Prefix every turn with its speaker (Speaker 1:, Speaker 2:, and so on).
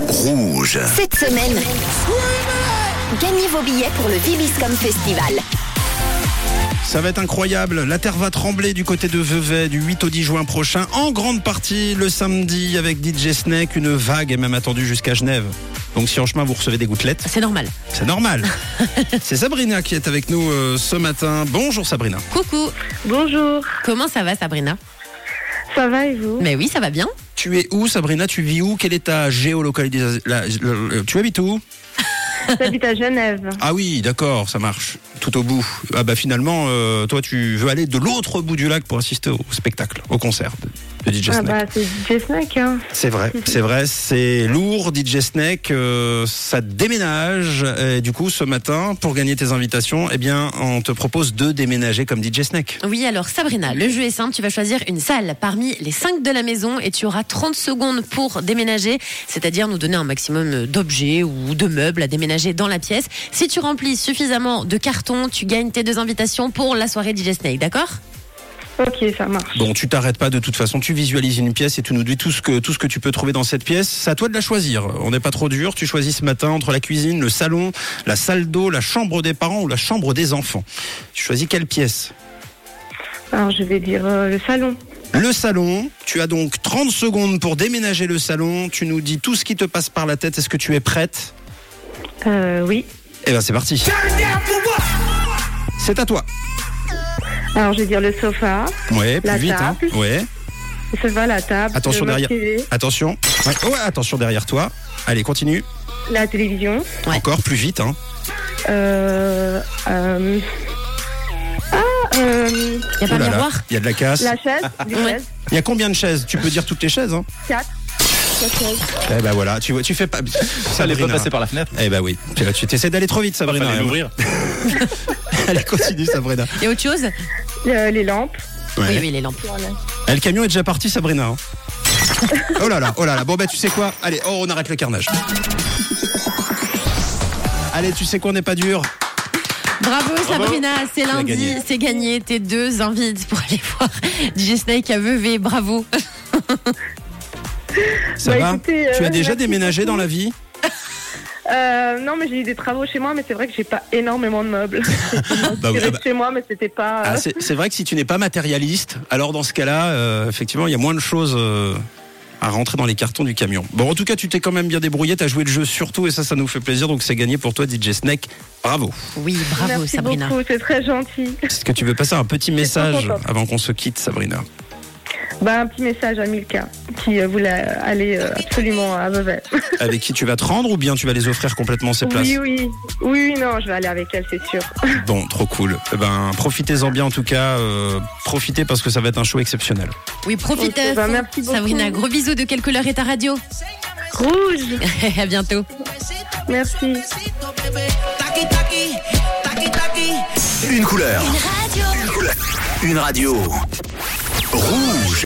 Speaker 1: Rouge.
Speaker 2: Cette semaine, gagnez vos billets pour le Vibiscom Festival.
Speaker 1: Ça va être incroyable. La terre va trembler du côté de Vevey du 8 au 10 juin prochain. En grande partie le samedi avec DJ Snake. Une vague est même attendue jusqu'à Genève. Donc si en chemin vous recevez des gouttelettes,
Speaker 3: C'est normal.
Speaker 1: c'est normal. C'est Sabrina qui est avec nous euh, ce matin. Bonjour Sabrina.
Speaker 3: Coucou,
Speaker 4: Bonjour,
Speaker 3: comment ça va Sabrina
Speaker 4: ça va et vous
Speaker 3: Mais oui, ça va bien.
Speaker 1: Tu es où Sabrina Tu vis où Quelle est ta géolocalisation la- la- la- Tu habites où
Speaker 4: J'habite à Genève.
Speaker 1: Ah oui, d'accord, ça marche. Tout au bout. Ah bah finalement, euh, toi tu veux aller de l'autre bout du lac pour assister au spectacle, au concert de, de DJ
Speaker 4: Ah
Speaker 1: Snake.
Speaker 4: bah c'est DJ Snack, hein.
Speaker 1: C'est vrai, c'est vrai, c'est lourd, DJ Snake, euh, ça déménage. Et du coup, ce matin, pour gagner tes invitations, eh bien, on te propose de déménager comme DJ Snake.
Speaker 3: Oui, alors Sabrina, le jeu est simple, tu vas choisir une salle parmi les 5 de la maison et tu auras 30 secondes pour déménager, c'est-à-dire nous donner un maximum d'objets ou de meubles à déménager dans la pièce. Si tu remplis suffisamment de cartons, tu gagnes tes deux invitations pour la soirée DJ Snake, d'accord
Speaker 4: Ok, ça marche.
Speaker 1: Bon, tu t'arrêtes pas de toute façon, tu visualises une pièce et tu nous dis tout ce que, tout ce que tu peux trouver dans cette pièce. C'est à toi de la choisir. On n'est pas trop dur, tu choisis ce matin entre la cuisine, le salon, la salle d'eau, la chambre des parents ou la chambre des enfants. Tu choisis quelle pièce
Speaker 4: Alors je vais dire euh, le salon.
Speaker 1: Le salon, tu as donc 30 secondes pour déménager le salon, tu nous dis tout ce qui te passe par la tête, est-ce que tu es prête
Speaker 4: Euh, oui.
Speaker 1: Eh ben c'est parti. C'est à toi.
Speaker 4: Alors je vais dire le sofa.
Speaker 1: Ouais, plus
Speaker 4: La
Speaker 1: vite. Hein.
Speaker 4: table.
Speaker 1: Ouais.
Speaker 4: Le sofa, la table.
Speaker 1: Attention
Speaker 4: le
Speaker 1: derrière.
Speaker 4: remote TV,
Speaker 1: Attention. Ouais. ouais, attention derrière toi. Allez, continue.
Speaker 4: la télévision.
Speaker 3: Ouais.
Speaker 1: Encore plus vite. Hein.
Speaker 4: Euh, euh, Ah, euh,
Speaker 3: Y a pas
Speaker 1: Oh là
Speaker 3: de
Speaker 1: là,
Speaker 3: miroir
Speaker 1: Il y a de la casse.
Speaker 4: la chaise. du
Speaker 3: Ouais.
Speaker 4: chaise,
Speaker 1: Il y a combien de chaises Tu peux dire toutes les chaises. Hein
Speaker 4: Quatre. Quatre chaises.
Speaker 1: eh ben voilà, tu vois, tu fais pas.
Speaker 5: Ça allait pas
Speaker 1: Sabrina.
Speaker 5: passer par la fenêtre.
Speaker 1: Eh ben oui. Tu- Tu essaies d'aller trop vite, Sabrina.
Speaker 5: Fallait l'ouvrir.
Speaker 1: Allez, continue, Sabrina.
Speaker 3: Et autre chose
Speaker 4: Le- euh, les lampes.
Speaker 3: Oui,
Speaker 1: Ouais.
Speaker 3: oui, les lampes.
Speaker 1: Eh, le camion est déjà parti, Sabrina. hein. oh là là, oh là là. Bon, ben tu sais quoi Allez, oh, on arrête le carnage. Allez, tu sais quoi, on n'est pas dur.
Speaker 3: Bravo Sabrina, c'est
Speaker 1: as
Speaker 3: lundi,
Speaker 1: gagné.
Speaker 3: c'est gagné, tes deux invites pour aller voir DJ Snake à Vevey, bravo
Speaker 1: Ça
Speaker 4: Bah,
Speaker 1: va
Speaker 4: écoutez, euh,
Speaker 1: Tu as déjà
Speaker 4: merci
Speaker 1: déménagé dans la vie
Speaker 4: Euh, non, mais j'ai eu des travaux chez moi, mais c'est vrai que j'ai pas énormément de meubles.
Speaker 1: Bah oui,
Speaker 4: je
Speaker 1: ah bah-
Speaker 4: chez moi, mais c'était pas. euh,
Speaker 1: Ah, c'est c'est vrai que si tu n'es pas matérialiste, alors dans ce cas-là, euh, effectivement, il y a moins de choses euh, à rentrer dans les cartons du camion. Bon, en tout cas, tu t'es quand même bien débrouillé, t'as joué le jeu surtout, et ça, ça nous fait plaisir. Donc, c'est gagné pour toi, DJ Snake. Bravo.
Speaker 3: Oui, bravo
Speaker 4: Merci
Speaker 3: Sabrina.
Speaker 4: beaucoup, c'est très gentil.
Speaker 1: Est-ce que tu veux passer un petit message
Speaker 4: contente.
Speaker 1: avant qu'on se quitte, Sabrina
Speaker 4: Bah, un petit message à Milka qui euh, voulait aller euh, absolument à Vevey.
Speaker 1: Avec qui tu vas te rendre ou bien tu vas les offrir complètement ces places
Speaker 4: Oui, oui, oui, non, je vais aller avec elle, c'est sûr.
Speaker 1: Bon, trop cool. Eh ben, profitez-en bien en tout cas. euh, profitez parce que ça va être un show exceptionnel.
Speaker 3: Oui, profite à
Speaker 4: Ok, bah,
Speaker 3: fond.
Speaker 4: merci beaucoup.
Speaker 3: Sabrina, gros bisous. De quelle couleur est ta radio
Speaker 4: Rouge,
Speaker 3: À bientôt.
Speaker 4: merci.
Speaker 6: Taki taki, taki taki.
Speaker 7: Une couleur. Une radio. Rouge.